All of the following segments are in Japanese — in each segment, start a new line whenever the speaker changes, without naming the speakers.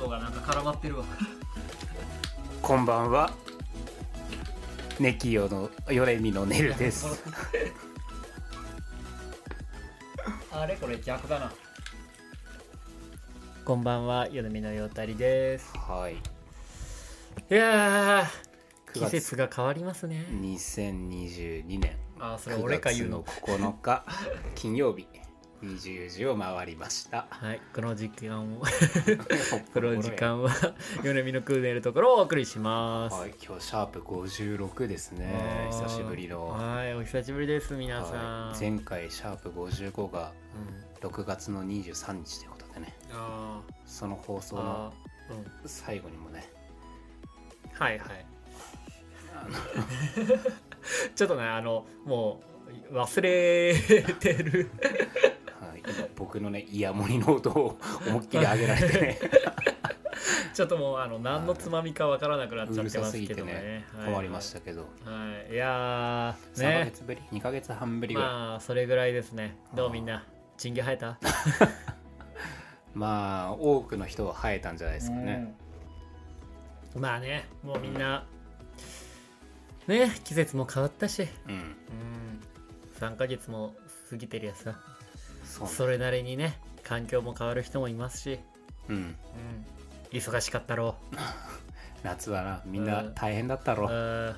トがなんか絡まってるわ
こんばんは。ネキヨのヨレミのネルです。
あれこれ逆だな
こんばんは、よどみのようたりです。
はい。
いやー、
9
季
月
節が変わりますね。
2022年
あー、それ俺
9
か
月
言う
の
の。
9日金曜日20時を回りました。
はい、この時 間を、 この時間 は、よどみのクーネルところをお送りします。
はい、今日シャープ56ですね
あ。ー
久しぶりの。
はい、お久しぶりです、皆さん。
はい前回シャープ55が
うん
6月の23日ということでね。
あー
その放送
あ
の
ー、うん。
最後にもね。
はいはい。
あの
ちょっとね、あの、もう、忘れてる。
はい、今僕のねイヤモニの音を思いっきり上げられてね
ちょっともう、あの、何のつまみかわからなくなっちゃってますけど
う
ね。はい
困りましたけど、
はい、いやー、
3ヶ
ね。
月ぶり2ヶ月半ぶりぐらい、まあ、
まあそれぐらいですねど
あ
う
ー
みんなチンゲ生えた
多くの人は生えたんじゃないですかね、
まあねもうみんなね季節も変わったしう
うん
ん3ヶ月も過ぎてるやさ
そうね
それなりにね環境も変わる人もいますし、
うん
うん、忙しかったろ
夏はなみんな
うん
大変だった
うう
ろ、
ん
うん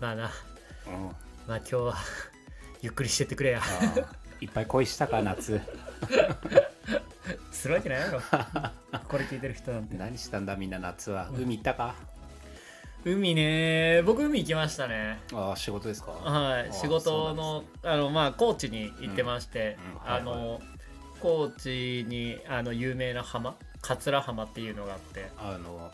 まあな
あ
まあ今日は ゆっくりしてってくれ や
ーいっぱい恋したか夏
するわけないやろ これ聞いてる人なんて
何したんだみんな夏は
うん
海行ったか、
海ね僕海行きましたね
ああ仕事ですか、
はい、
あ
仕事
そうな
の,、
んで
あのまあ高知に行ってまして、
うんうんはいはい
あの高知にあの有名な浜桂浜っていうのがあって
あの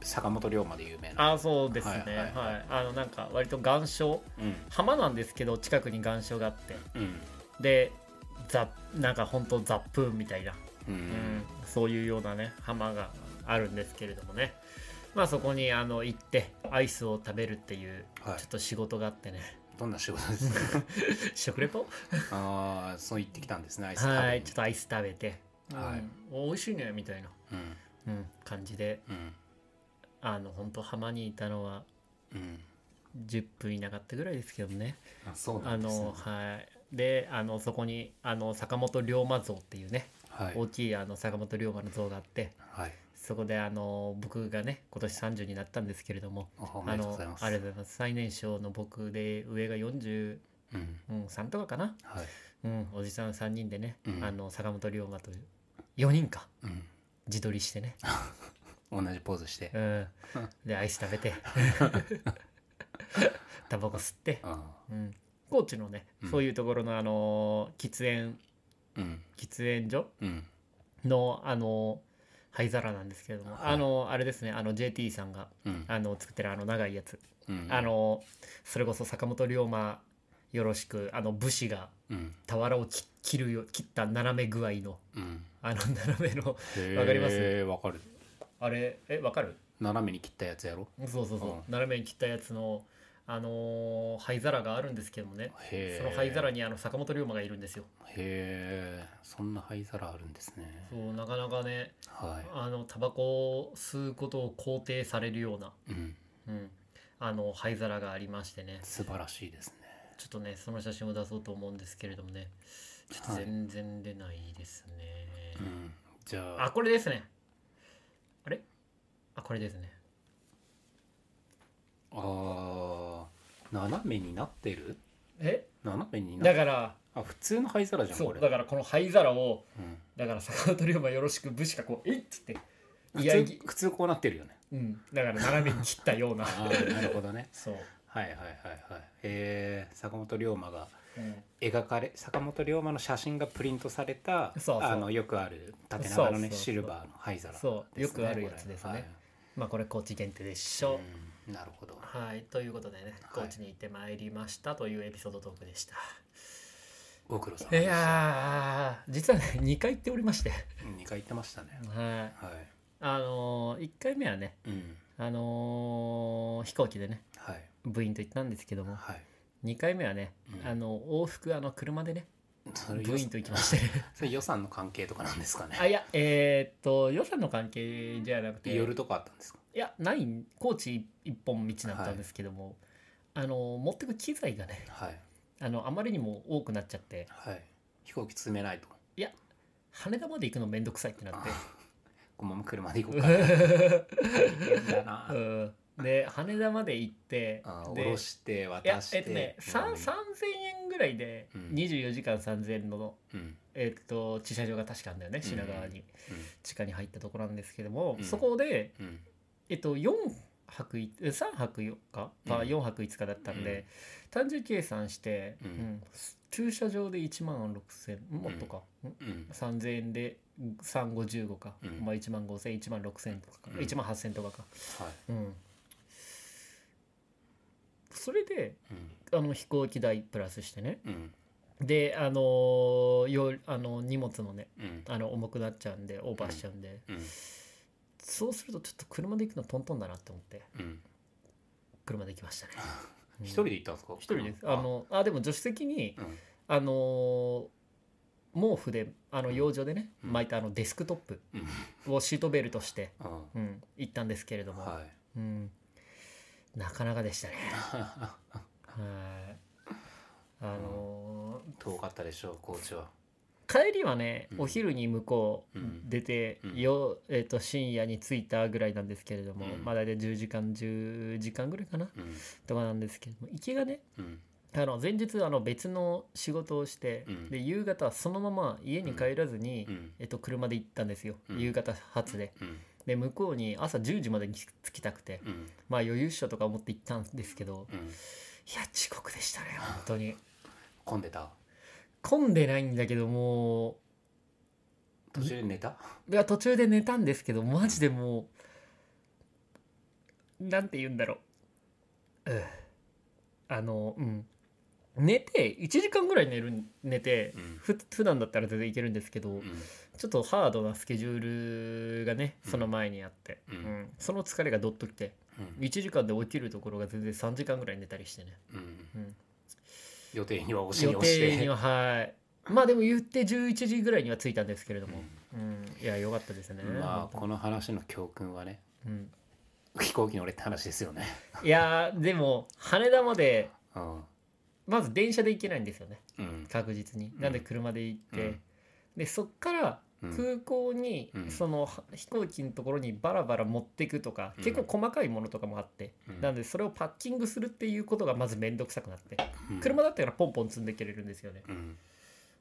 坂本龍馬で有名な、
ああそうですねは
は
いい、
はいはい
あのなんか割と岩礁
うん
浜なんですけど近くに岩礁があって
うん
でザなんか本当ザップーンみたいな、
う
うん
ん
そういうようなね浜があるんですけれどもねまあそこにあの行ってアイスを食べるっていう、
はい
ちょっと仕事があってね
どんな仕事です か
食レポ
ああそう言ってきたんですねアイス食べに
はい、ちょっとアイス食べて、
はい
うん、美味しいねみたいな、
うん
うん、感じで
うん
あの本当浜にいたのは
うん
10分いなかったぐらいですけどね
あそうな
あ
んです、ね
の、はいであのそこにあの坂本龍馬像っていうね、
はい
大きいあの坂本龍馬の像があって
はい
そこであの僕がね今年30になったんですけれども
おおめでとうございます
あのありがとうございます最年少の僕で上が43
うん
とかかな、
はい
うん、おじさん3人でね、
うん
あの坂本龍馬と4人か
う
自撮りして ね
ん同じポーズして
うん、でアイス食べ てタバコ吸って、
あ
うん、高知のね、
うん
そういうところのあのー喫煙
ーうん
喫煙所
うん
のあのー灰皿なんですけれども、
はい
あのーあれですねあの JT さんが
うん
あの作ってるあの長いやつ、
うん
あのーそれこそ坂本龍馬よろしくあの武士が
うん
俵を切切るよ切った斜め具合の
うん
あの斜めの
わ
わかります
わかる
あれえわかる
斜めに切ったやつやろ
そうそうそう、
うん
斜めに切ったやつの、あのー灰皿があるんですけどもね、
へえ
その灰皿にあの坂本龍馬がいるんですよ
へえそんな灰皿あるんですね
そうなかなかね
は
あのタバコを吸うことを肯定されるような、
いうん
うん、あの灰皿がありましてね
素晴らしいですね
ちょっとねその写真を出そうと思うんですけれどもねちょっと全然出ないです
う
ね、
んじゃ
あ
あ
これですねあれあこれですね
あー斜めになってる
え
斜めにな
だ
って
から
あ普通の灰皿じゃん
そ
こ
う
れ
だからこの灰皿を
うん
だから坂本龍馬よろしく武士がこう「えっ!」つって
普
いや
通普通こうなってるよね
うんだから斜めに切ったような
ああなるほどね
そう、
はいはいはいはいえー、坂本龍馬が
うん
描かれ坂本龍馬の写真がプリントされた
そうそう
あのよくある縦長
そ
のね
うそうそう
シルバーの灰皿ですね、
そうよくあるやつですね
これ
まあこれ高知限定でし
はい
ょ、
うんなるほど
はいということでね
は
高
い
知に行ってまいりましたというエピソードトークでした、
ご苦労さん
い、やー実はね2回行 っておりまして
2回言ってましたね
はい
は
あのー、1回目はね
いうん
あのー飛行機でね
はい
部員と行ったんですけども
はい
2回目はね、
うん
あの往復あの車でね
それ
ブイーンと行きまして
それ予算の関係とかなんですかね
あいやえーっと予算の関係じゃなくて
夜とかあったんですか
いやないん高知一本道だったんですけども、あの持ってく機材がね
はい
あのあまりにも多くなっちゃって
はい飛行機詰めないと
羽田まで行くのめんどくさいってな って
このまま車で行こう かな大変だな
うん、で羽田まで行って
あ
で
下ろして
いや
渡して
えっとねさん3000円ぐらいで
うん
24時間3000円の、
うんうん
えっと駐車場が確かあんだよね品川に、地下に入ったところなんですけども、
うん
そこで、
うんうん
えっと、4泊い3泊4日、まあ、
うん
4泊5日だったんで、単純計算して、
うん
うん駐車場で1万6000もっとか、ん
うん
3000円で355か、
うん
まあ、1万5000、1万6000とかか、
うん
1万8000とかか。
はい
うん、それで
うん
あの飛行機代プラスしてね
うん
であのよあの荷物もね
うん
あの重くなっちゃうんでオーバーしちゃうんで、
うん
そうするとちょっと車で行くのトントンだなって思って
うん
車で行きましたね
一人で行ったんですか
一人ですあのあでも助手席に
うん
あの毛布であの養生でね、
うん
巻いたあのデスクトップ
うん
をシートベルトして、
うん
うん、行ったんですけれども、
はい
うん、なかなかでしたねはい。あの
遠かったでしょう高知は
ー帰りはね、
うん
お昼に向こう
うん
出て、
うん
よえっと深夜に着いたぐらいなんですけれども、
うん
まあ大体10時間10時間ぐらいかな
うん
とかなんですけれども行きがね
うん
あの前日あの別の仕事をして、
うん
で夕方はそのまま家に帰らずに、
うん
えっと、車で行ったんですよ、
うん
夕方発で
うん
で向こうに朝10時までに着きたくて、
うん
まあ余裕っしょとか思って行ったんですけど
うん
いや遅刻でしたね本当に。
混んでた
混んでないんだけども
途中で寝た
ういや途中で寝たんですけどマジでもうなんて言うんだろう、うんあのうん寝て1時間ぐらい寝る寝て
うん
ふ普段だったら全然いけるんですけど、
うん
ちょっとハードなスケジュールがねその前にあって、
うん
うんその疲れがどっときて
うん
1時間で起きるところが全然3時間ぐらい寝たりしてね、
うん
うん、
予定には押しに
予
押して
定にははいまあでも言って11時ぐらいには着いたんですけれども、
うん
うん、いや、良かったですね。
ま
本
あ
当
この話の教訓はね
うん、
飛行機乗れって話ですよね
いやー、でも、羽田まで、
うん
まず電車で行けないんですよね、
うん
確実に。
うん
なんで、車で行って、
うん
で、そっから
うん
空港に、
うん
そのは飛行機のところにバラバラ持っていくとか、
うん
結構細かいものとかもあって、
うん
なんで、それをパッキングするっていうことがまず面倒くさくなって、
うん
車だったらポンポン積んでいけれるんですよね。
うん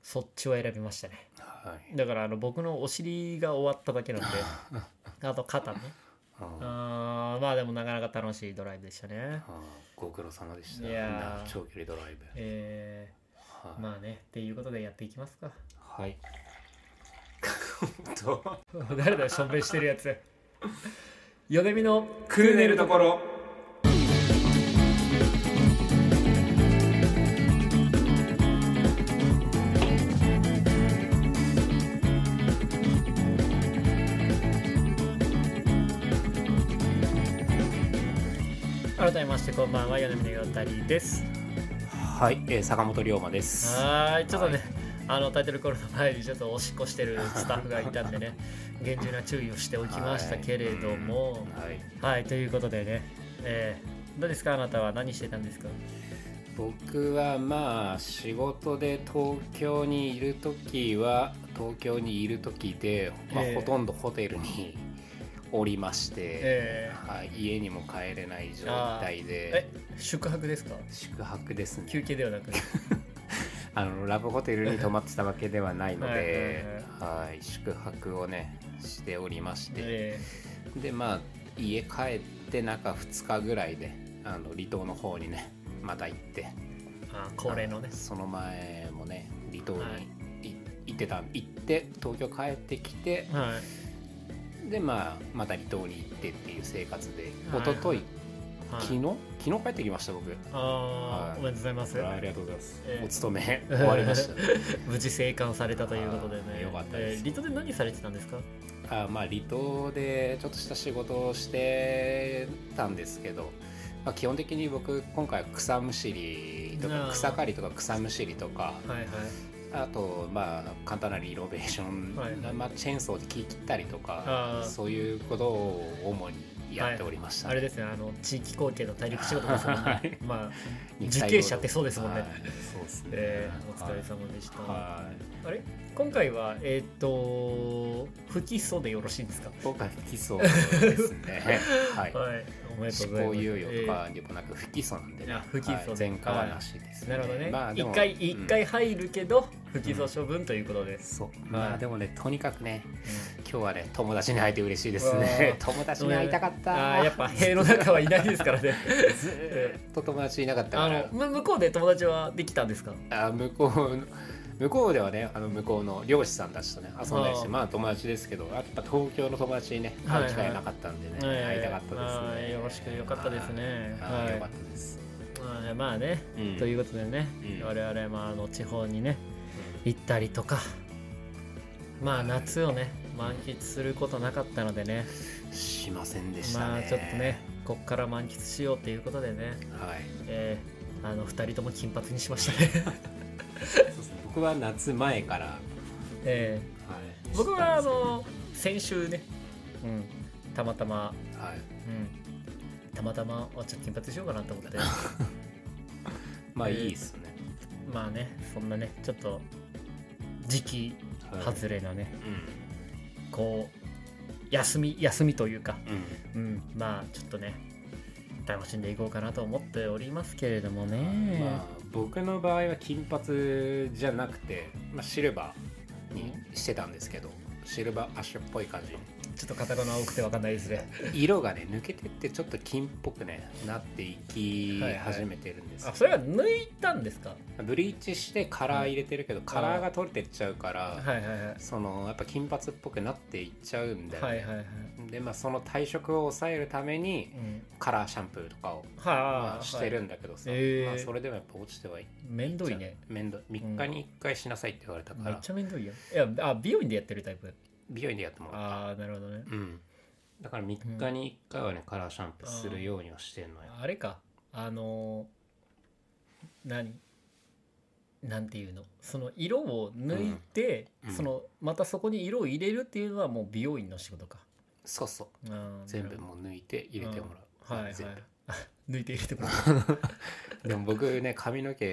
そっちを選びましたね。
はい
だから、あの僕のお尻が終わっただけなん で、あと肩ね。
うん
あーまあでもなかなか楽しいドライブでしたね。
ああご苦労様でした
いやー
長距離ドライブ
え
は
ー、まあねっていうことでやっていきますか
い はいと
誰だよしょんべんしてるやつ米みの
クルネルところ
改めましてこんばんは米みのよたりです
はい、えー坂本龍馬です
はーいちょっとね、あのタイトルコールの前にちょっとおしっこしてるスタッフがいたんでね厳重な注意をしておきましたけれども
はい
はい、ということでね、えーどうですかあなたは何してたんですか
僕はまあ仕事で東京にいる時は東京にいる時で、まあ
ええ
ほとんどホテルにおりまして、
え
はい、家にも帰れない状態
ーえ
で
宿泊ですか
宿泊ですね
休憩ではなく
あのラブホテルに泊まってたわけではないの
はいはい
ではい宿泊をねしておりまして、
え
でまあ家帰って中2日ぐらいであの離島の方にねまた行って
ー、あー恒例のね
その前もね離島
は
にい行ってた行って東京帰ってきて
はい
でまあまた離島に行ってっていう生活で
はい
一昨日、
はい
昨日昨日帰ってきました僕
あ
は
あ、
い
おめでとうございます。
ありがとうございます、
ええ
お勤め終わりました、
無事生還されたということで
あ
ね。
ーよかったです
えー離島で何されてたんですか。
あまあ離島でちょっとした仕事をしてたんですけど、まあ、基本的に僕今回は草むしりと
あ
か
ー
草刈りとか草むしりとか
はいはい。
あとまあ簡単なリノベーション、
はいはい
まあ、チェーンソーで木切ったりとか
あー
そういうことを主にやっておりました、
あれですねあの地域貢献の体力仕事ですもん
は
ね
い
まあ
肉体
実刑者ってそうですもんね
はいそうですね、
えーお疲れ様でした、
はい
あれ今回はえーっ、と不起訴でよろしいんですか
今回不起訴です ねはい
はいおめでと
執
うござい
行
ます
猶予とかでもなく不起訴なんでね、
あ不起訴
はい前科はなしです、
えーなるほどね、
まあで
一
も
回
うん
一回入るけど不起訴処分ということです、
そう
は
ま
い
あでもねとにかくね今日はね友達に会えて嬉しいですね 友達に会いたかっ
あ
た
あーやっぱ塀の中はいないですからね
ずーっと友達いなかったか
あ
ら
のむ向こうで友達はできたんですか
あ向こうの向こうではねあの向こうの漁師さんたちとね遊んだりして
あー
まあ友達ですけどやっぱ東京の友達にね
はいはい
会う機会なかったんでね、
えー
会いたかった
あ
です
ー
ね
よろしくよかったですね
あー
はい
よかったです、
まあまあね、
うん
ということでね、
うん
我々もあの地方にね行ったりとかまあ夏をね満喫することなかったのでね
しませんでしたね
まあちょっとねこっから満喫しようということでね、
はい
えーあの2人とも金髪にしました ね、
そうですね僕は夏前から、は
え
い
ー僕はあ
知っ
の先週ね、うん、たまたま、
たんですけどはい、
うん、たまたまあちょっと金髪にしようかなと思って
まあいいですね、
まあねそんなねちょっと時期
はい
外れのね、
う
こう休み休みというか、
ん、うん、
うん、まあちょっとね楽しんでいこうかなと思っておりますけれどもね、
まあ僕の場合は金髪じゃなくて、まあ、シルバーにしてたんですけどシルバーアッシュっぽい感じ
ちょっとカタカナ多くてわかんないですね
色がね抜けてってちょっと金っぽくねなっていき始めてるんですよ、
あそれは抜いたんですか
ブリーチしてカラー入れてるけど、カラーが取れてっちゃうから、
はいはいはいは
そのやっぱ金髪っぽくなっていっちゃうんだよね、
いはいはい
でまあその退色を抑えるために
うん
カラーシャンプーとかを
は
ま
あ
あしてるんだけどさ、
はいえー
まあ、それでもやっぱ落ちてはいい
めんどいね
面倒3日に1回しなさいって言われたか
めっ
ら、
ちゃめんどいよいやあ美容院でやってるタイプ
美容院でやってもらっ
ああなるほどね
たうんだから3日に1回はね、カラーシャンプーするようにはしてんのよ
あれかあのー何なんていうのその色を抜いて、
うんうん
そのまたそこに色を入れるっていうのはもう美容院の仕事か
そうそう
あー
全
な
部
るほど
もう抜いて入れてもらう、
はいはい
全部
あ 抜いて入れてもらう
でも僕ね髪の毛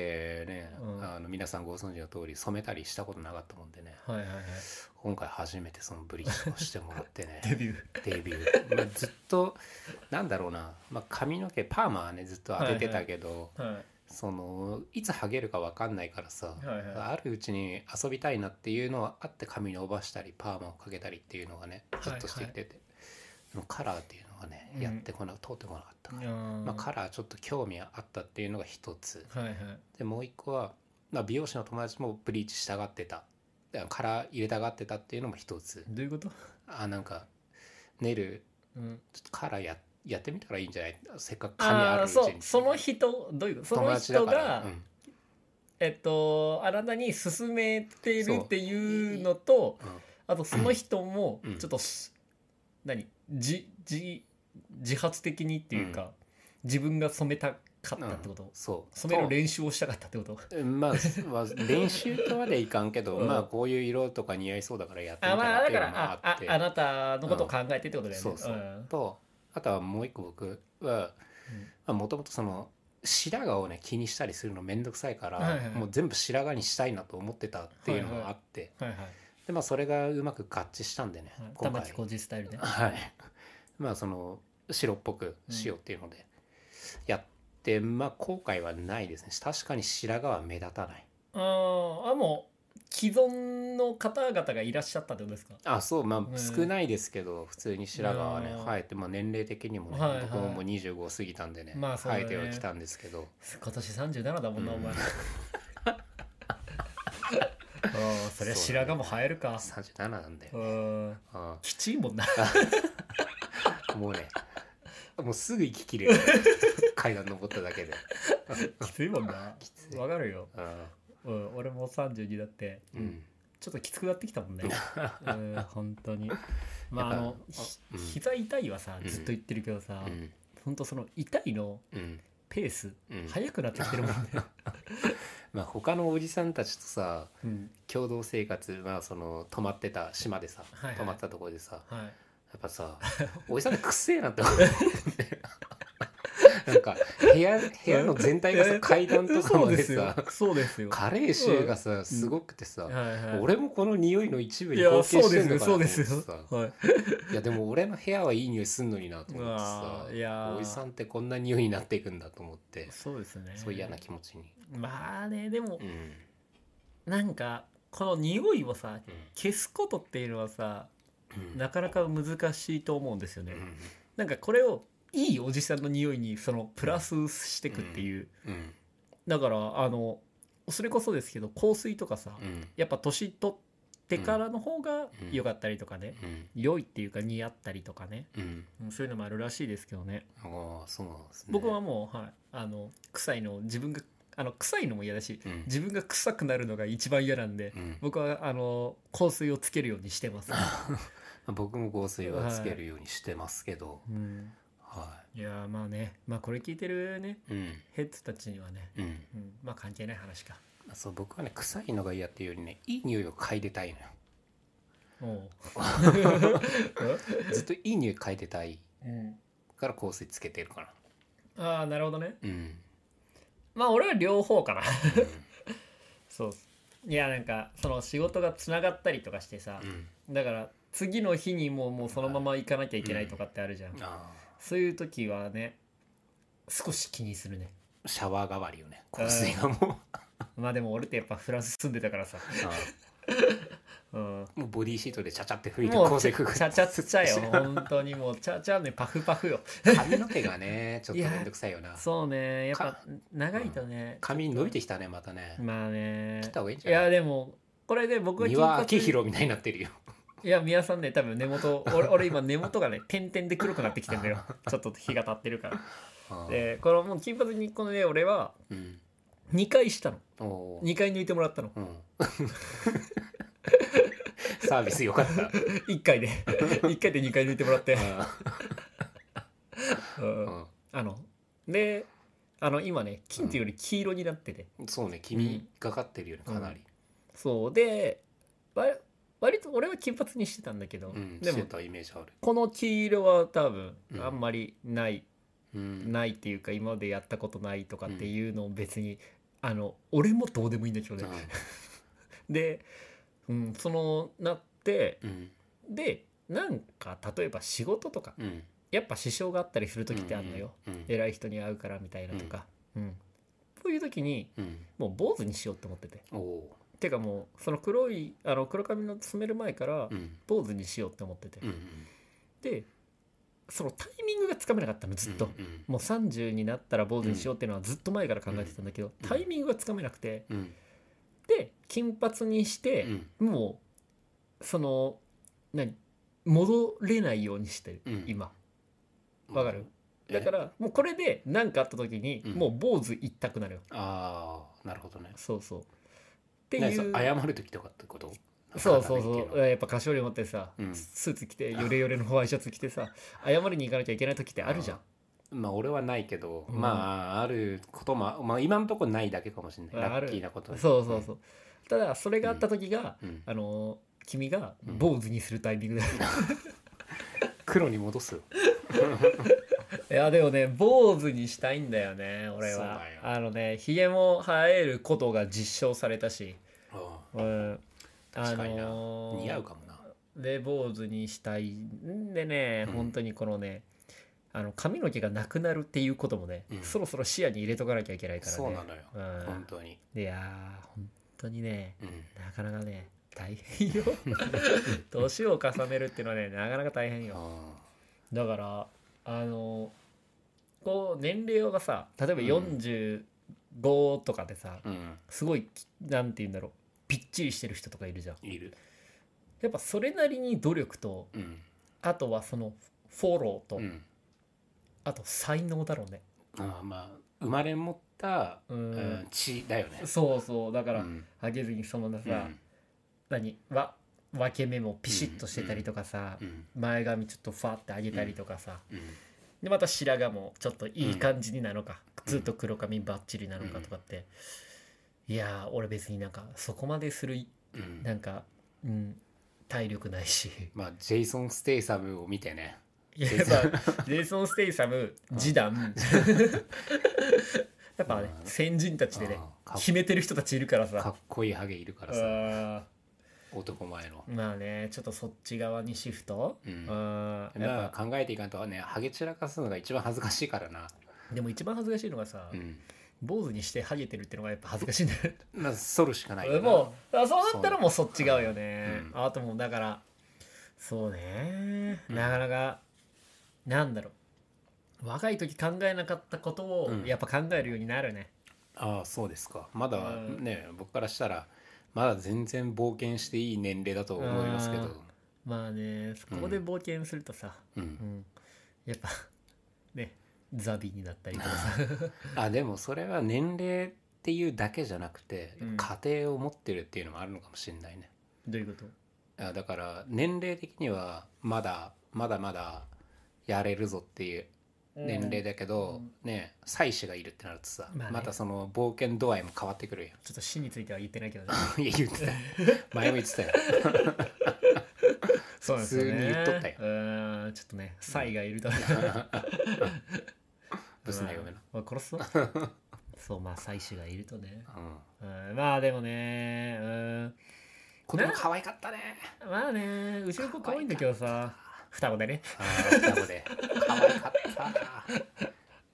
ね、
うん
あの皆さんご存知の通り染めたりしたことなかったもんでね
はいはいはい
今回初めてそのブリッジをしてもらってね
デビュー
デビュー、まあ、ずっとなんだろうな、まあ、髪の毛パーマはねずっと当ててたけど、
は
そのいつハゲるかわかんないからさ、
いはいはい
あるうちに遊びたいなっていうのはあって髪伸ばしたりパーマをかけたりっていうのがねずっとしてきてて、でもカラーっていうのはね
うん
やってこな、通ってこなかったから、まあ、カラーちょっと興味あったっていうのが一つ
はいはい
でもう一個は、まあ、美容師の友達もブリーチしたがってただからカラー入れたがってたっていうのも一つ
どういうこと、
あなんかネイル
うん、
ちょっとカラーややってみたらいいんじゃないせっかく髪あるうちに
そうその人どういうことそ
友
の
達だ
人
から
が、
うん
えっとあなたに勧めてるっていうのとあとその人も
うん
ちょっとし、何じじ自発的にっていうか、自分が染めたかったってこと、
うんそう
染める練習をしたかったってこと
まあまあ練習とまでいかんけど、
うん
まあこういう色とか似合いそうだからやってみ
あ
た
ま
ら
あだ
ってい
か
うの
ら
も
あ
あ
あ
って、
あなたのことを考えてってことだよね、
そうそうんとあとはもう一個僕はもともとその白髪をね気にしたりするのめんどくさいから、
はいはい
もう全部白髪にしたいなと思ってたっていうのがあって、
はいはい
でまあそれがうまく合致したんでね、今
玉
回
置浩二スタイルね
はい まあその白っぽくしようっていうのでやって、まあ後悔はないですね確かに白髪は目立たない
あーあもう既存の方々がいらっしゃったってことですか
あそうまあ
ね
少ないですけど、普通に白髪はね
うん
生えて、まあ、年齢的にもね、
はいはい
僕ももう25過ぎたんでね,、
まあそうだね
生えてはきたんですけど
今年37だもんな、
うん
お 前ああそりゃ白髪も生えるか
37なんで、
う
あ
ん
あ
きちいもん な
も うねもうすぐ息切れる階段登っただけで、
きついもんな
きつい
わかるよ、
うん
うん、俺も32だって、
うん
ちょっときつくなってきた もんねうん本当にまああ
やっぱ
の
あ
ひ
うん
膝痛いはさ
うん
ずっと言ってるけどさ、
うん
ほんとその痛いの
うん
ペース
うん
速くなってきてるもんね
まあ他のおじさんたちとさ
うん
共同生活まあその泊まってた島でさ、
はいはい
泊まったところでさ
はい
やっぱさおじさんってくせえなって思うなんか部屋部屋の全体がさ階段とかまでさ
そうですよは
カレー臭がさすごくてさ、
いは
俺もこの匂いの一部
いい
に
や
貢献
そう
して
で
ん
す
の
よ
かなと
そう
思
で
って
すよ
さ
はい
いやでも俺の部屋はいい匂いすんのになと思って
ま
さ
あいや
おじさんってこんな匂いになっていくんだと思って
そうですね
そう嫌な気持ちに
まあねでも
うん
なんかこの匂いをさ
う
消すことっていうのはさ
ん
なかなか難しいと思うんですよね、
うん
なんかこれをいいおじさんの匂いにそのプラスしてくっていう、
うん
だからあのそれこそですけど香水とかさ、
うん
やっぱ年取ってからの方が良かったりとかね、
うん
良いっていうか似合ったりとかね
うん
うんそういうのもあるらしいですけどね
ああそうなんですね
僕はもう、はい、あの臭いのを自分があの臭いのも嫌だし
うん
自分が臭くなるのが一番嫌なんで
うん
僕はあの香水をつけるようにしてます、
僕も香水はつけるようにしてますけど
うん、
はい
やーまあねまあこれ聞いてるね
いうん
ヘッズたちにはね、
うん
うん、まあ関係ない話か
そう僕はね臭いのが嫌っていうよりねいい匂いを嗅いでたいのよ
も、
ずっといい匂い嗅いでたい う
うん、
から香水つけてるから
ああなるほどね
うん
まあ俺は両方かな
う
そういやなんかその仕事がつながったりとかしてさ
んうん
だから次の日にもうもうそのまま行かなきゃいけないとかってあるじゃん、
あ
そういう時はね少し気にするね
あシャワー代わりよね香水がもう
まあでも俺ってやっぱフランス住んでたからさ、
あ
うん、
あもうボディーシートでちゃちゃって拭いて
も
香
うち
水
ゃ
くぐ
ちゃちゃっちゃよ本当にもうちゃちゃねパフパフよ
髪の毛 がねちょっとめんどくさいよな
そうねやっぱ
か
長いとね、
髪伸びてきたねまたね
まあね
切った方がいいんじ
い
ゃな
や
い
でもこれで僕が
三輪明宏みたいになってるよ
いや宮さんね多分根 元俺俺今根元がね点々で黒くなってきてんだよ ちょっと日が経ってるから
ああ
でこのもう金髪にこのね俺は
うん
2回したの
おお
2回抜いてもらったの
うんサービスよかった
1回で1 回で2回抜いてもらって、う
うんん
あのであの今ね金っていうより黄色になってて、
うんそうね君がかってるよねかなり
そうでわ割と俺は金髪にしてたんだけど、
うん
で
して
も
たイメージある
この黄色は多分
うん
あんまりない、
うん
ないっていうか今までやったことないとかっていうのを別に、あの俺もどうでもいいんだけどね。 で、うん、そのなって
うん
でなんか例えば仕事とか
うん
やっぱ支障があったりする時ってあるのよ、
うん
偉い人に会うからみたいなとか、うん、そういう時に
うん
もう坊主にしようって思ってて
おお
てかもうその黒いあの黒髪の染める前から
ーうん
坊主にしようって思ってて、
うんうん
でそのタイミングがつかめなかったのずっと。
うん
もう30になったら坊主にしようっていうのはずっと前から考えてたんだけど、
うん
タイミングがつかめなくて
うん
で金髪にして
う、ん
もうその何戻れないようにしてる、
うん
今わかる
え
だからもうこれで何かあった時に、
うん
もう坊主一択なのよ
ああなるほどね
そうそうってい
何
う
謝る時とかってこと
そうそうそ
体っていう
うやっぱ菓子折り持ってさ、
うん
スーツ着 てヨレヨレのワイシャツ着てさ謝りに行かなきゃいけない時ってあるじゃん
のはまあ俺はないけど、
うん
まああることもまあ今のところないだけかもしれない
あ
ラ
る
ッキーなこと
そうそうそうただそれがあった時が、
うん、うん
あのー君が
うん
坊主にするタイミングだ、
黒に戻すよ
いやでもね坊主にしたいんだよね俺
そう
は
だよ
あのねひげも生えることが実証されたし、
ああ
うん、
確かにな、
あのー
似合うかもな
で坊主にしたいんでね、
うん
本当にこのねあの髪の毛がなくなるっていうこともね、
うん
そろそろ視野に入れとかなきゃいけないからね
そうなのよ、
うん
本当に、
いやー本当にね
うん、
なかなかね大変 よ年を重ねるっていうのはねなかなか大変よ
あ
だからあのこう年齢がさ例えば45とかでさ、
あうん
すごいなんて言うんだろうびっちりしてる人とかいるじゃん
いる
やっぱそれなりに努力と
うん
あとはそのフォローと、
うん
あと才能だろうね
ああまあ生まれ持った、
う
うん
ん、
血だよね
そうそうだから、
うん
あげずにそのさ、
うん
何わ分け目もピシッとしてたりとかさ、
うん
前髪ちょっとファーって上げたりとかさ、
うん
でまた白髪もちょっといい感じになのか、
うん
ずっと黒髪バッチリなのかとかって、いやー俺別になんかそこまでする
うん
なんかうん体力ない し
まあジェイソン・ステイサムを見てね
いや
ジ
や
ェイ
っ
ソン
ぱジェイソン・ステイサム示 談やっぱね
うん
先人たちでね
あーか
決めてる人たちいるから
か
さ
っこいいハゲいるからさ
あ
男前の
ーまあねちょっとそっち側にシフト、
うん
あーや
ま
っ
あ考えていかんとねハゲ散らかすのが一番恥ずかしいからな
ぱでも一番恥ずかしいのがさ、
うん
坊主にしてハゲてるってのがやっぱ恥ずかしいんだよね
まあ剃るしかないよな
もうあそうなったらもうそっち側よね、
うん
あともうだからそうね、
うん
なかなかなんだろう若い時考えなかったことを
うん
やっぱ考えるようになるね、
ああそうですかまだ
うん
ね僕からしたらまだ全然冒険していい年齢だと思いますけど
まあねそこで冒険するとさ、
う
うん
ん
やっぱねザビになったりとかさ
あでもそれは年齢っていうだけじゃなくて
うん
家庭を持ってるっていうのもあるのかもしれないね
どういうこと
あだから年齢的にはまだまだまだやれるぞっていう年齢だけど、ね妻子がいるってなるとさ、
まあね
またその冒険度合いも変わって くるやん
ちょっと死については言ってないけどね
いや言ってたよ前も言って たよ
そうなんですよね
普通に言っとったよ
うんちょっとねサイがいると
ブスな嫁な、
まあ 殺すぞ そうまあ妻子がいるとね
うん、
うんまあでもねうん
子供可愛かったね
まあねうちの子可愛いんだけどさ双子でね
あー双子で可愛かっ
あ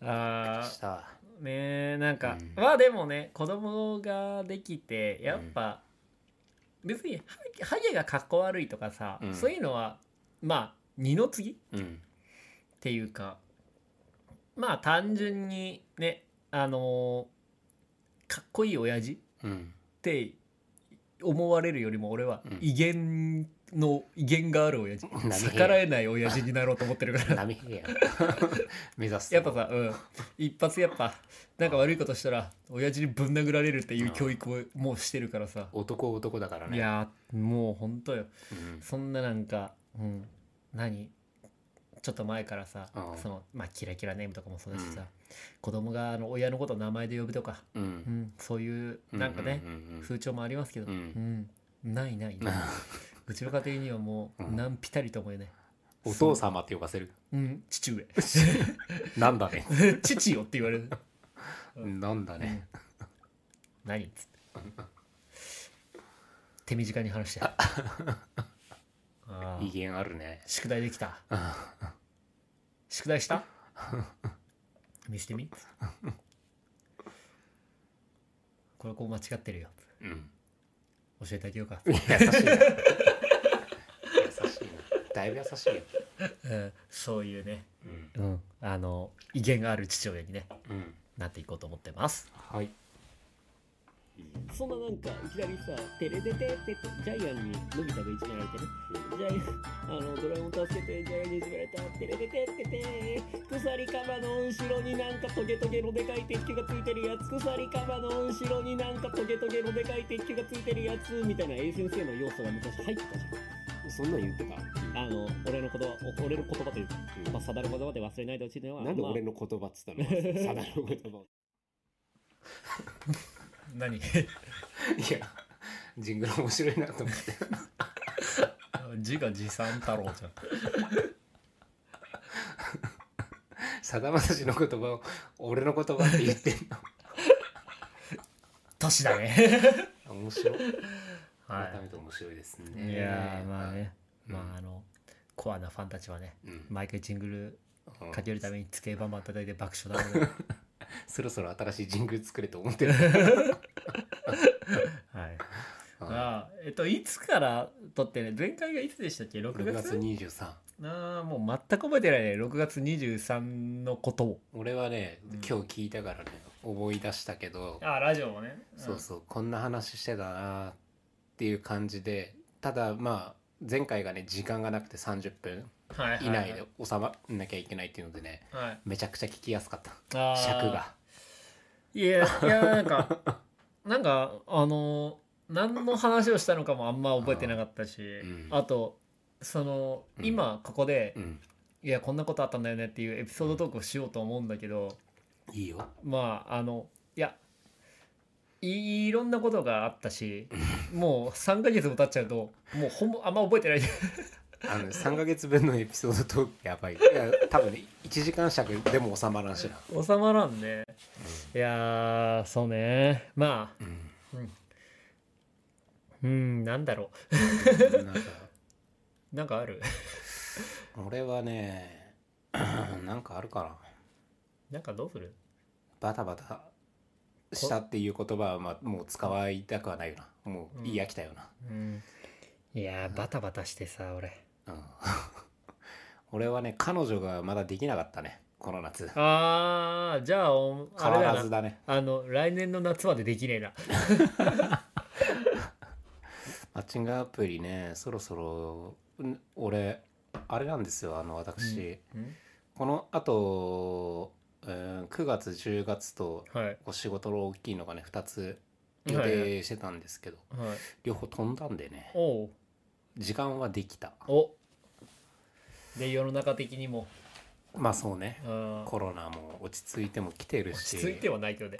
た
ー
したわ
ねえなんか、
うん
まあでもね子供ができてやっぱ、別にハゲハゲがかっこ悪いとかさ、
うん
そういうのはまあ二の次っ
うん
ていうかまあ単純にねあのーかっこいい親父っ
うん
て思われるよりも俺は
うん
威厳の威厳がある親父
何が
逆らえない親父になろうと思ってる から
波平や目指す
やっぱさ、うん、一発やっぱなんか悪いことしたら親父にぶん殴られるっていう教育をもうしてるからさ、
男男だからね
いやーもうほんとよ
うん
そんななんか、うん、何ちょっと前からさ、
うん
そのまあキラキラネームとかもそうだしさ、
うん
子供があの親のことを名前で呼ぶとか、
う
うんん、そういうなんかね、
うんうん
風潮もありますけど、
うん
うんないない
うん
ないうちの家庭にはもう
うん
何ぴたりともいない、
お父様って呼ばせる
うん、父 上
なんだね
父よって言われるうん
なんだね
何っつって手短に 話してああ
威厳あるね
宿題でき た
うん
宿題した見せてみこれこう間違ってるよ
うん
教えてあげようか、
優しいな優しいなだいぶ優しいよ
うん、そういうね、
うん
うん、あの威厳がある父親にね
うん
なっていこうと思ってます
はい
そんななんかいきなりさ「テレテテテ」ジャイアンにのび太がいじめられてねジャイアンあのドラえもん助けてジャイアンにいじめられた「テレテテテテ」鎖カバの後ろになんかトゲトゲのでかい鉄球がついてるやつ鎖カバの後ろになんかトゲトゲのでかい鉄球がついてるやつみたいな A 先生の要素が昔入ってたじゃんそんなん言ってたあの俺の言葉お俺の言葉というか、まあ、定の言葉で忘れないでほしいのは
なんで俺
の、
の言葉っつっ たのサダの言葉を。
何
いやジングル面白いなと思って
字が持参太郎じゃん
さだまさしの言葉を俺の言葉って言ってん
年だ ね
の面白い
は
改めて面白いです
い、
ね
いやーまあね、
うん
まああのコアなファンたちはね
うん
毎回ジングル
うん
かけるために机バンバン叩いて爆笑だもん ね
そろそろ新しいジングル作れと 思ってる
はい
うん
ああえっといつから撮ってね前回がいつでしたっけ6
6
月
月23
ああもう全く覚えてないね6月23のことを
俺はね
うん
今日聞いたからね思い出したけど
ああラジオもね、
そうそうこんな話してたなっていう感じでただまあ前回がね時間がなくて30分
うんはいはい
以内で収まんなきゃいけないっていうのでね
はい
めちゃくちゃ聞きやすかった
ああ
尺が
いやいやなんか なんかあの何の話をしたのかもあんま覚えてなかったしあ,、
うん
とその、
うん
今ここで、
うん
いやこんなことあったんだよねっていうエピソードトークをしようと思うんだけど、
いいよ
まああのいやいいろんなことがあったしもう3ヶ月も経っちゃうともうほんまあんま覚えてない
あの3ヶ月分のエピソードトークやばいいや多分ね1時間尺でも収まらんしな、
収まらんねいやーそうねまあ
うん
うんなんだろ
なんか
うなんかある
俺はね なんかあるかな
なんかどうする
バタバタしたっていう言葉は、まあ、もう使いたくはないよなもう言い飽きたよな、
うんいやーバタバタしてさ俺
うん 俺はね彼女がまだできなかったねこの夏
あーじゃあおあ
変
れ
わ
だ
らず
な
だね
あの来年の夏までできねえな
マッチングアプリねそろそろうん俺あれなんですよあの私、
うん
このあと、うん、9月10月と
はい
お仕事の大きいのがね2つ
は
予
いはい
定してたんですけど、
はい
両方飛んだんでね
おう
時間はできた
おで世の中的にも
まあそうね
うん
コロナも落ち着いても来てるし
落ち着いてはないけどね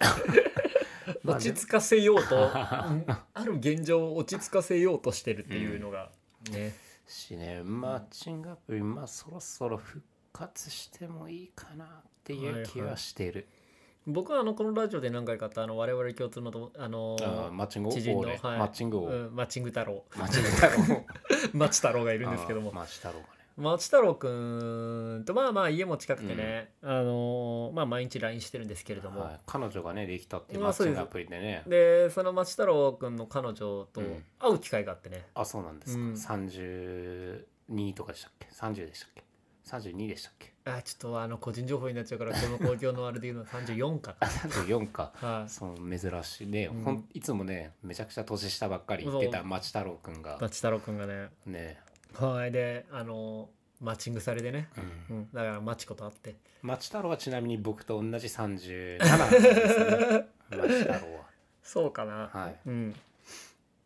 まあ
落
ね
ち着かせよう と、うんある現状を落ち着かせようとしてるっていうのが、ね
しねマッチングアプリまあそろそろ復活してもいいかなっていう気はしてる、
僕はあのこのラジオで何回かあったあの我々共通のともあの
あーマッチング
知人
王
の、
ね、
はい
マッチング王、
うんマッチング太郎
マッチング太郎も
マチ太郎がいるんですけど
あ
も
ーマッチ太郎がね
マチ太郎くんとまあまあ家も近くてね、あのーまあ毎日 LINE してるんですけれども、
はい、彼女がねできたって
まあ
マッチン
そうで
グ
す
アプリでね
でそのマチ太郎くんの彼女と
うん
会う機会があってね、
あそうなんですか、
うん
32とかでしたっけ30でしたっけ32でしたっけ
あちょっとあの個人情報になっちゃうからこの公共のあれで言うのは34か
あ34か
はい、
その珍しいね、
うん
ほんいつもねめちゃくちゃ年下ばっかり言ってた
そう
町太郎くんが
マチ太郎くんがね
ね、
はいであのマッチングされてね、
うん
うん、だからマチコと会って
町太郎はちなみに僕と同じ37なんですね町太郎
そうかな、
ははい、
うん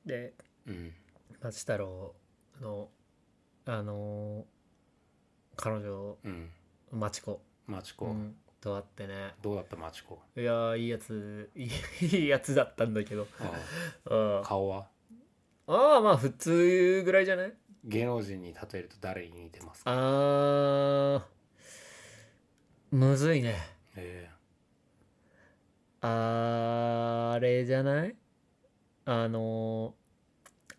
で
うん、
マチ太郎のあの彼女
うん、
マチコ、
町
う
子、
ん、と会ってね
どうだった町子
いやーいいやついいいいやつだったんだけど
あ
うん
あ顔は
ああまあ普通ぐらいじゃない
芸能人に例えると誰に似てま すか、
あーむずいね
え
あれじゃないあのー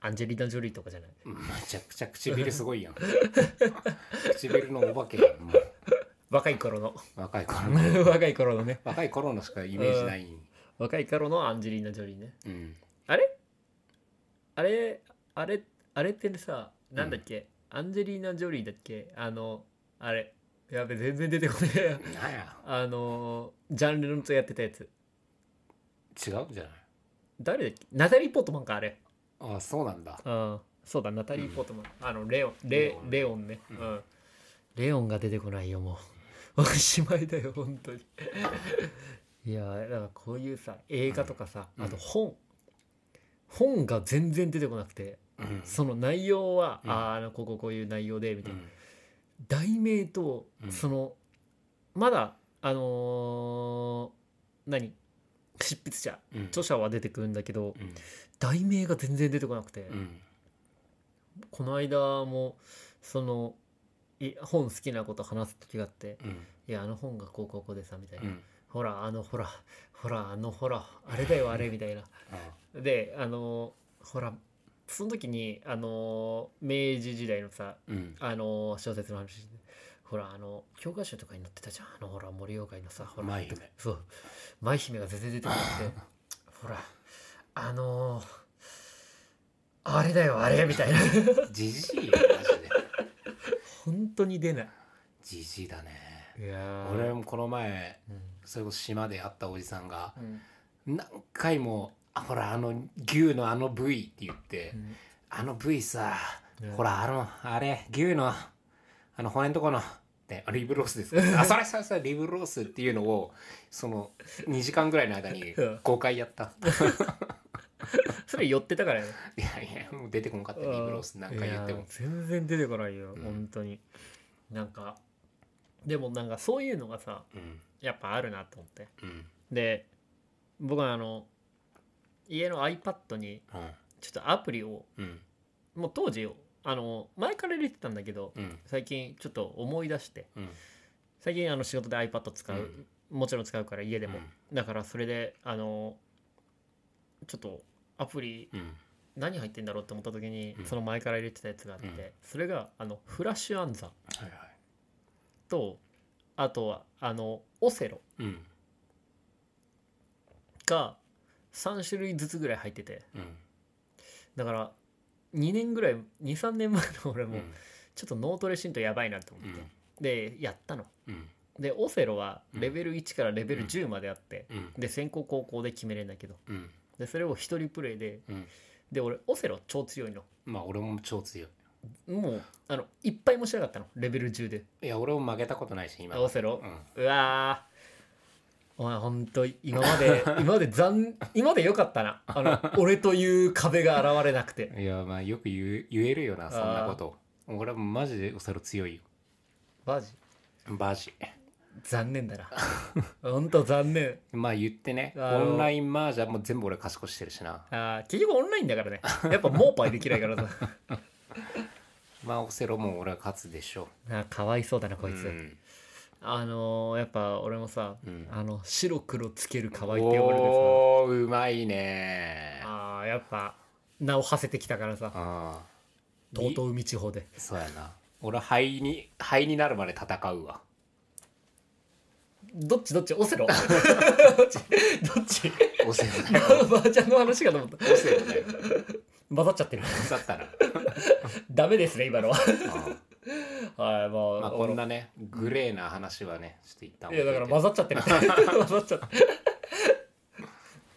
アンジェリーナ・ジョリーとかじゃない
えめちゃくちゃ唇すごいやん 唇のお化けやんもう
若い頃の
若い頃の
若い頃のね
若い頃のしかイメージない、
若い頃のアンジェリーナ・ジョリーね
うん、
あれあれあれってさなんだっけ、アンジェリーナ・ジョリーだっけあのあれやべ全然出てこない
なんや
あのージャンルのとやってたやつ
違うんじゃない
誰だっけナタリー・ポートマンかあれ
ああそうなんだ
ああそうだナタリー・ポートマン、あのレオンレ
レ
レオ
オン
ンね、う
うんん
レオンが出てこないよもうおしまいだよ本当にいやーだからこういうさ映画とかさ、
うん
あと本、本が全然出てこなくて
うん
その内容は、
うん
あーあのこここういう内容でみた
う
いな、
ん
題名と
うん
その、まだあのー何執筆者
うん
著者は出てくるんだけど
うん
題名が全然出てこなくて、
うん
この間もそのい本好きなこと話す時があって
うん
「いやあの本がこうこうこうでさ」みたいな「
うん
ほらあのほらほらあのほらあれだよあれ」みたいな。
あ
であのほらその時にあの明治時代のさ
うん
あの小説の話ほらあの教科書とかに載ってたじゃんあのほら森岡のさほら
舞姫
そう舞姫が全然出てこなくてほらあのあれだよあれみたいな
じじいよマジで
本当に出ない
じじいだね
いやー
俺もこの前
うん
それこそ島で会ったおじさんが
うん
何回も「あほらあの牛のあの部位」って言って
うん
「あの部位さ
うん
ほらあのあれ牛のあの骨のとこの」ねあリブロースです かあそれそれそれリブロースっていうのをその2時間ぐらいの間に
うん
5回やった
それ寄ってたからやね
いやいやもう出てこんかったリブロース何回言って
いや
も
全然出てこないよ、
うん
本当になんかでもなんかそういうのがさ
うん
やっぱあるなと思って
うん
で僕はあの家の iPad に
はい
ちょっとアプリを
うん
もう当時あの前から入れてたんだけど
うん
最近ちょっと思い出して
うん
最近あの仕事で iPad 使う、
ん
もちろん使うから家でも、
うん
だからそれであのちょっとアプリ
うん
何入ってんだろうって思った時に、
うん
その前から入れてたやつがあって、
うん
それがあのフラッシュアンザー
はいはい
とあとはあのオセロ
うん
が3種類ずつぐらい入ってて
うん
だから2年ぐらい23年前の俺
うん
もちょっと脳トレしんとやばいなと思
う
って、
ん
でやったの
うん
でオセロは
うん
レベル1からレベル10まであって、
うん
で先行後攻で決めれるんだけど
うん
でそれを一人プレイで
うん
で俺オセロ超強いの
まあ俺も超強い
もうあのいっぱいもしなかったのレベル10で
いや俺も負けたことないし今
オセロ
うん
うわーお前ほんと今まで 今まで残今まで良かったなあ の俺という壁が現れなくて
いやまあよく言う言えるよなそんなこと俺はマジでオセロ強いよ
マジ
マジ
残念だなほんと残念
まあ言ってね
あの
オンラインマージャンも全部俺賢してるしな
あー結局オンラインだからねやっぱモーパイできないからさ
まあオセロも俺は勝つでしょ
あーかわいそうだな
う
こいつ、
うん
あのーやっぱ俺もさ、
うん
あの白黒つける可愛いって呼ばれてさ
おーうまいね
あーやっぱ名を馳せてきたからさ
あ
とうとう海地方で
そうやな俺灰に灰になるまで戦うわ
どっちどっちオ セロどっちどっち
オセロだよ
バーちゃんの話かと思った
オセロだよ
混ざっちゃってる
腐ったな
ダメですね今のは
うん
はいまあ,、
まあこんなねグレーな話はねちょっと一旦
い
置い
や
と
だ
い
か
て
ら混ざっちゃ ってる混ざっちゃってる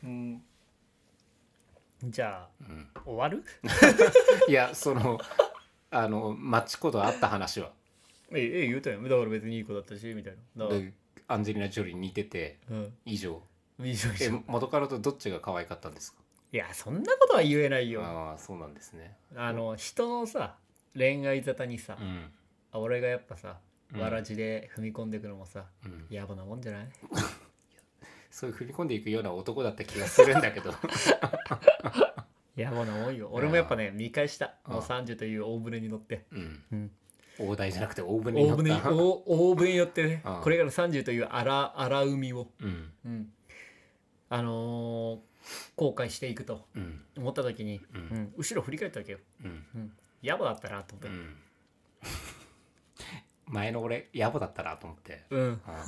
うんじゃあ
うん
終わる
いやそのあのマッチコとあった話は
ええ言うたやんだから別にいい子だったしみたいなだから
でアンジェリーナ・ジョリーに似てて
うん
以上
いいじゃんいいじ
え
ゃん
元からとどっちが可愛かったんですか
いやそんなことは言えないよ
ああそうなんですね
あの人のさ恋愛沙汰にさ、
うん
俺がやっぱさ
うん
わらじで踏み込んでいくのもさ、
うん
やばなもんじゃない
そういう踏み込んでいくような男だった気がするんだけど
やばなもんよ俺もやっぱね見返した
あー
もう30という大船に乗って
うん
うん
大台じゃなくて大船に
大
乗っ
船
た
大大船によってね
ああ
これから30という荒荒海を、
うん
うんあのー後悔していくと
うん
思った時に、
うん
うん後ろ振り返ったわけよ、
うん
うん、野暮だったなと思
う
って、
ん前の俺野暮だったなと思って
うん
ああ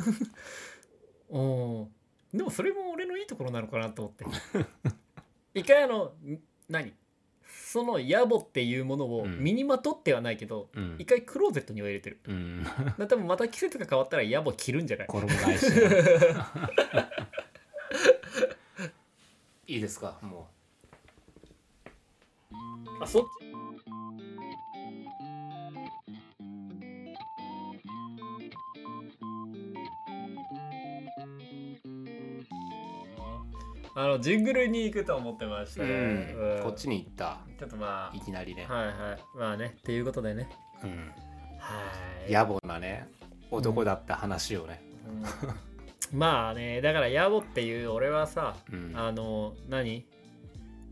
おーでもそれも俺のいいところなのかなと思って 一回あのん何その野暮っていうものを
うん
身にまとってはないけど、
うん
一回クローゼットには入れ てる
うん
だから多分また季節が変わったら野暮着るんじゃない
衣替えしてるいいですかも
あそっちあのジングルに行くと思ってまし
う、
たね、うん
こっちに行った
ちょっとま
いきなりね
あ、はいはいまあねっていうことでね
うん、
はい
野暮なね男だった話をね、
うんまあねだから野暮っていう俺はさ、
うん
あの何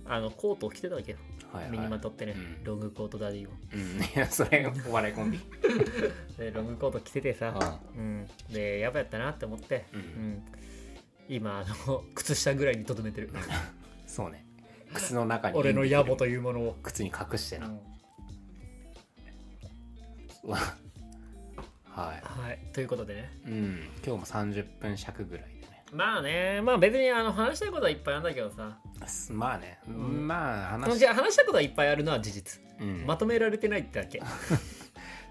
あのコートを着てたわけよ
はい
身に
は
ま
い
とってね、
うん
ロングコートダディを
うん、いやそれお笑い コンビ
でロングコート着ててさ、うん、でやばやったなって思って、
うん
うん今あの 靴下ぐらいにとどめて る
そうね靴の中に
俺の野暮というものを、
靴に隠してな、は
はいということでね
い、うん、今日も30分尺ぐらいでね
まあねまあ別にあの話したいことはいっぱいあるんだけどさ
すまあね、
ん
まあ
話
話
し話したいことはいっぱいあるのは事実、
うん
まとめられてないってだ け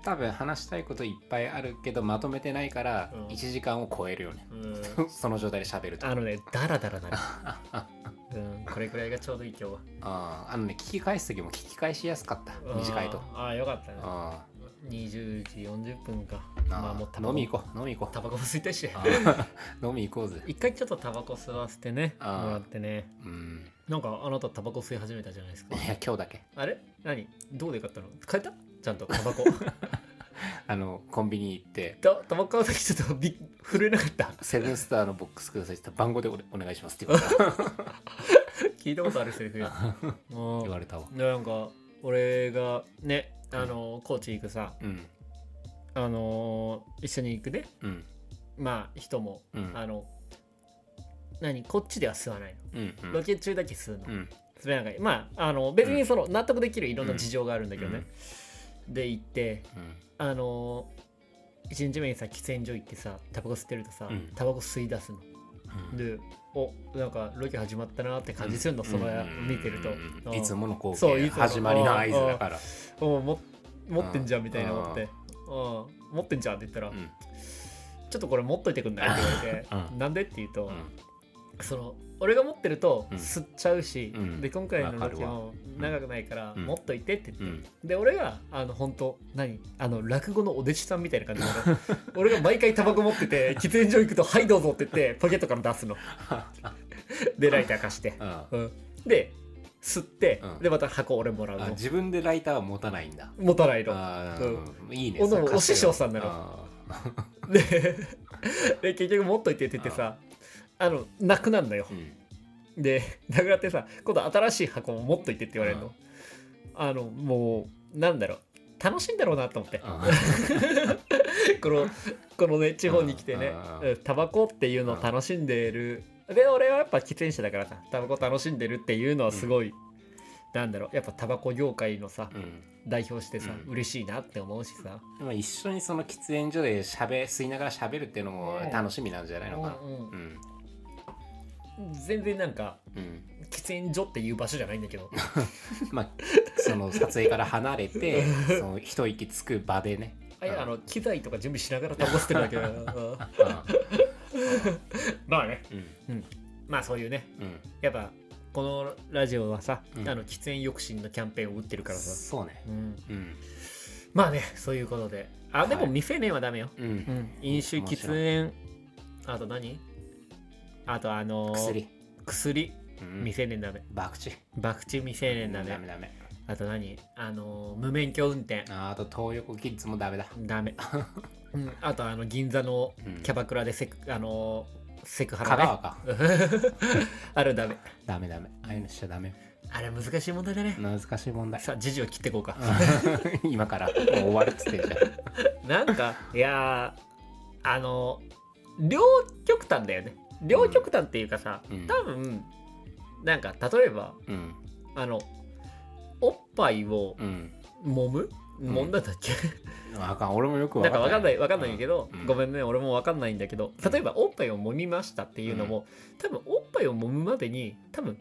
多分話したいこといっぱいあるけどまとめてないから
うん
1時間を超えるよね、
うん
その状態で喋ると
あのねダラダラなる、うん、これくらいがちょうどいい今日は
あーあのね聞き返す時も聞き返しやすかった短いと
あーあーよかったね
あ
20時40分か
ー
まあもう
あー飲み行こう飲み行こ
タバコも吸いたいし
うあー飲み行こうぜ
一回ちょっとタバコ吸わせてねも
あー
らってね
うん
なんかあなたタバコ吸い始めたじゃないですか
いや今日だけ
あれ何どうで買ったの買えたちゃんとタバコ
あのコンビニ行って
たタバコ買う時ちょっとび震えなかった
セブンスターのボックスくださいって言ったら番号でおお願いしますって言われた
聞いたことあるセリフや も
言
う
われたわ
なんか俺がねあの高知行くさ
うん
あの一緒に行くね
うん
まあ人も、
うん
あの何こっちでは吸わない
うんう
の
ん
ロケ中だけ吸うの、
うん
それなんかまああの別にその納得できるいろんな事情があるんだけどね、で行って
うん
あの1日目にさ喫煙所行ってさタバコ吸ってるとさ、
うん
タバコ吸い出すの
うん
でおなんかロケ始まったなって感じするの、その見てると、
うん
あ
いつもの光
そうい
景
つもの
始まりの合図だから
おも持ってんじゃんみたいな
うん
思って、うん、持ってんじゃんって言ったら、
うん
ちょっとこれ持っといてくんないって言われて、
うん
なんでって言うと、
う
その俺が持ってると
うん
吸っちゃうし、
うん
で今回の
わか
ロ
る
ケ
わ
も長くないから
うん
持っといてって言って、
ん うん
で俺があの本当何あの落語のお弟子さんみたいな感じで 俺が毎回タバコ持ってて喫煙所行くと「はいどうぞ」って言ってポケットから出すのでライター貸して、
うん
うん、で吸って、
うん
でまた箱俺もらう
あ
の
自分でライターは持たないんだ
持たないの
あーいいね
おでも
それ
お師匠さんなの
あ
でで結局持っといてって言ってさあのなくなんだよ
ーうん
でなくなってさ今度新しい箱も持っといてって言われるの、
うん
あのもうなんだろう楽しいんだろうなと思って
あ
このこのね地方に来てね
うん
うんタバコっていうのを楽しんでるで俺はやっぱ喫煙者だからさタバコ楽しんでるっていうのはすごい、なんだろうやっぱタバコ業界のさ
ーうん
代表してさ、
うん
嬉しいなって思うしさ、
でも一緒にその喫煙所でしゃべ吸いながらしゃべるっていうのも楽しみなんじゃないのかな
うん
う
うん全然なんか
うん
喫煙所っていう場所じゃないんだけど
まあその撮影から離れてその一息つく場でね
あいやあの機材とか準備しながらタバコ吸ってるだけだ からうんまあね
うん
まあそういうね
うん
やっぱこのラジオはさ、
うん
あの喫煙抑止のキャンペーンを打ってるからさ、
そうね
うん、
うん
まあねそういうことであでも
はい
未成年はダメよ、
う
うんん、飲酒
面
喫
白
煙あと何あとあのー
薬
薬
うん
未成年ダメ
博打
博打未成年
ダ
ダメ
メダメ
あと何あのー無免許運転
あーあと東横キッズもダメだ
ダ メ、うん、あとあの銀座の
うん
キャバクラでセクあのーセクハ
香川
ラ、
か
ね、 あれダメ
ダメダメああいうのしちゃダメ
あれ難しい問題だね、
難しい 問題
さあ時事を切っていこうか、
うん今からもう終わるっつってんじゃん
なんかいやーあの両極端だよね両極端っていうかさ、
うん
多分なんか例えば
うん
あのおっぱいを
うん
揉む
ん
揉んだんだっけ、
あかん俺もよく
な
わ
んかわかんないわかんないけど、
うん
ごめんね俺もわかんないんだけど例えばおっぱいを揉みましたっていうのも、多分おっぱいを揉むまでに多分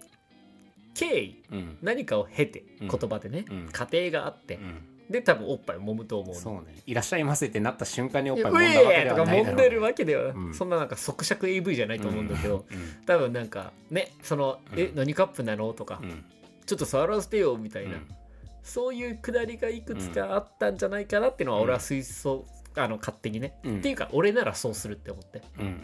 経緯
うん
何かを経て言
うん
葉でね、
うん
過程があって、
うん
で多分おっぱいを揉むと思うの
そうねいらっしゃいませってなった瞬間におっ
いや
ぱい
ウ
揉んだわけ
ェー
で
とか
はないだ
揉
ろ
ん
う
でるわけでは、
うん
そんななんか即尺 AV じゃないと思うんだけど、
うん
多分なんかねその「
うん
え何カップなの?」とか、
うん
ちょっと触らせてよ」みた
う
いな、
ん
そういうくだりがいくつかあったんじゃないかなっていうのは俺は推想、あの勝手にね、
うん
っていうか俺ならそうするって思って、
うん
うん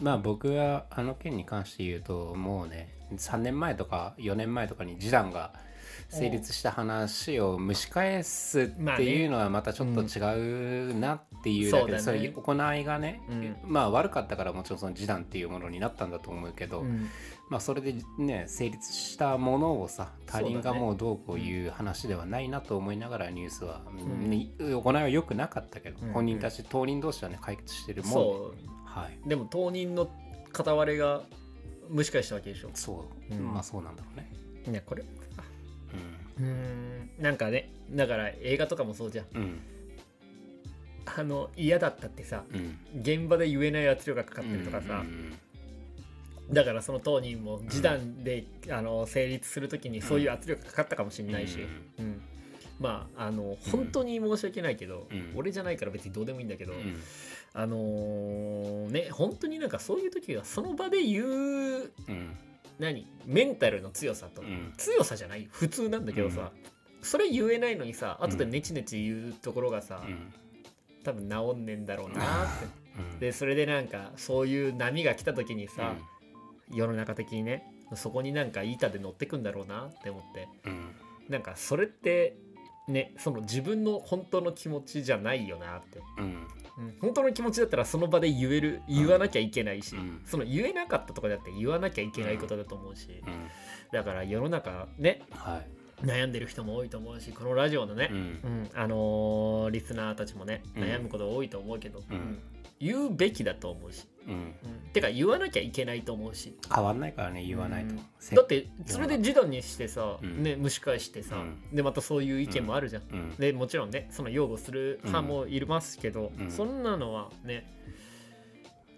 まあ僕はあの件に関して言うともうね3年前とか4年前とかに示談が成立した話を蒸し返すっていうのはまたちょっと違うなっていうだけ
う
で
ん
そ
そうだね
れ行いがね
うん
まあ悪かったからもちろんその示談っていうものになったんだと思うけど
うん
まあそれでね成立したものをさ他人
そうだ
が
ね
もうどうこういう話ではないなと思いながらニュースは
ん
ね行いは良くなかったけど
うん
本人たち当人同士はね解決してるもんで
そ
はい。
うでも当人の片割れが蒸し返したわけでしょ
そう、
うん
まあそうなんだろうね。
いやこれ
う
うんなんかねだから映画とかもそうじゃん
ん、うん、
あの嫌だったってさ
うん。
現場で言えない圧力がかかってるとかさ、
うん
だからその当人も示談で、あの成立するときにそういう圧力がかかったかもしれないし、うんまああの本当に申し訳ないけど、
うん
俺じゃないから別にどうでもいいんだけど、
うんうん
あのーね本当になんかそういう時はその場で言う
うん
何メンタルの強さと、
うん
強さじゃない普通なんだけどさ、それ言えないのにさ後でネチネチ言うところがさ、
うん
多分治んねんだろうなって。
うん
でそれでなんかそういう波が来た時にさ、
うん
世の中的にねそこになんか板で乗ってくんだろうなって思って
うん
なんかそれってねその自分の本当の気持ちじゃないよなって
うん
うん本当の気持ちだったらその場で言える言わなきゃいけないし、
うん
その言えなかったとかだって言わなきゃいけないことだと思うし、
うん
だから世の中ね
はい
悩んでる人も多いと思うしこのラジオのね、
う
うん
ん
あのーリスナーたちもね
うん
悩むこと多いと思うけど、
うん
言うべきだと思うし、
うん
てか言わなきゃいけないと思うし
変わんないからね言わない
う
と
ん
せ
だってそれで示談にしてさ、
うん
ね、蒸し返してさ、
うん
でまたそういう意見もあるじゃん、
うん
でもちろんねその擁護する派もいますけど、
うん
そんなのはね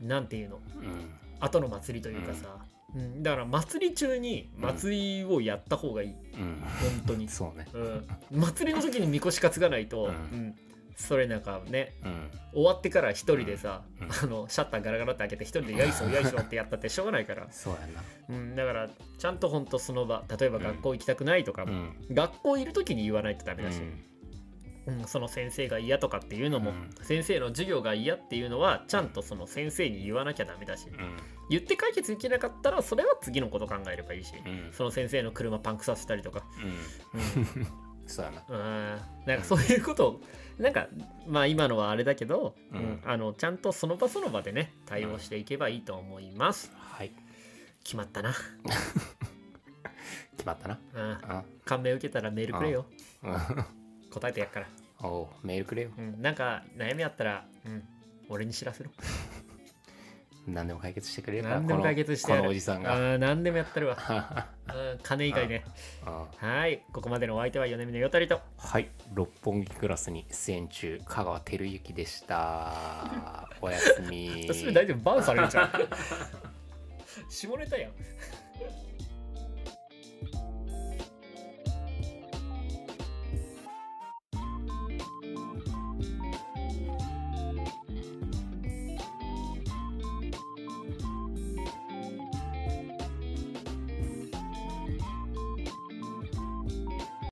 なんていうの
うん
後の祭りというかさ、うんだから祭り中に祭りをやった方がいい、
うん
本当 に、
そうね
うん、祭りの時にみこし担がないと、
う
うんんそれなんかね
うん
終わってから一人でさ、
うん
あのシャッターガラガラって開けて一人で「やいそうやいそう」ってやったってしょうがない から、
そうやな
うん、だからちゃんとほんとその場例えば学校行きたくないとか、
うん
学校いる時に言わないとダメ
う
だし、
ん
うん、その先生が嫌とかっていうのも、
うん
先生の授業が嫌っていうのはちゃんとその先生に言わなきゃダメだし言って解決できなかったらそれは次のこと考えればいいし、
うんうん
その先生の車パンクさせたりとか、
うんそうや
う
な
ん、なんかそういうことをなんかまあ今のはあれだけど、
うん
うんあのちゃんとその場その場でね対応していけばいいと思います、
はい
決まったな、
決まったな
うん、
あ
感銘受けたらメールくれよ
うん
答えてやっから、
おうメールくれよ
うん、なんか悩みあったら、うん、俺に知らせろ
何でも解決してくれるから
何でも解決して
こ
やる
のこのおじさん
あ
が
ー何でもやってるわ
は
うん金以外ね
あ
はいここまでのお相手は米峰よたりと
はい六本木クラスに出演中香川照之でしたお やすみ
それ大丈夫バンされるじゃん下ネタやん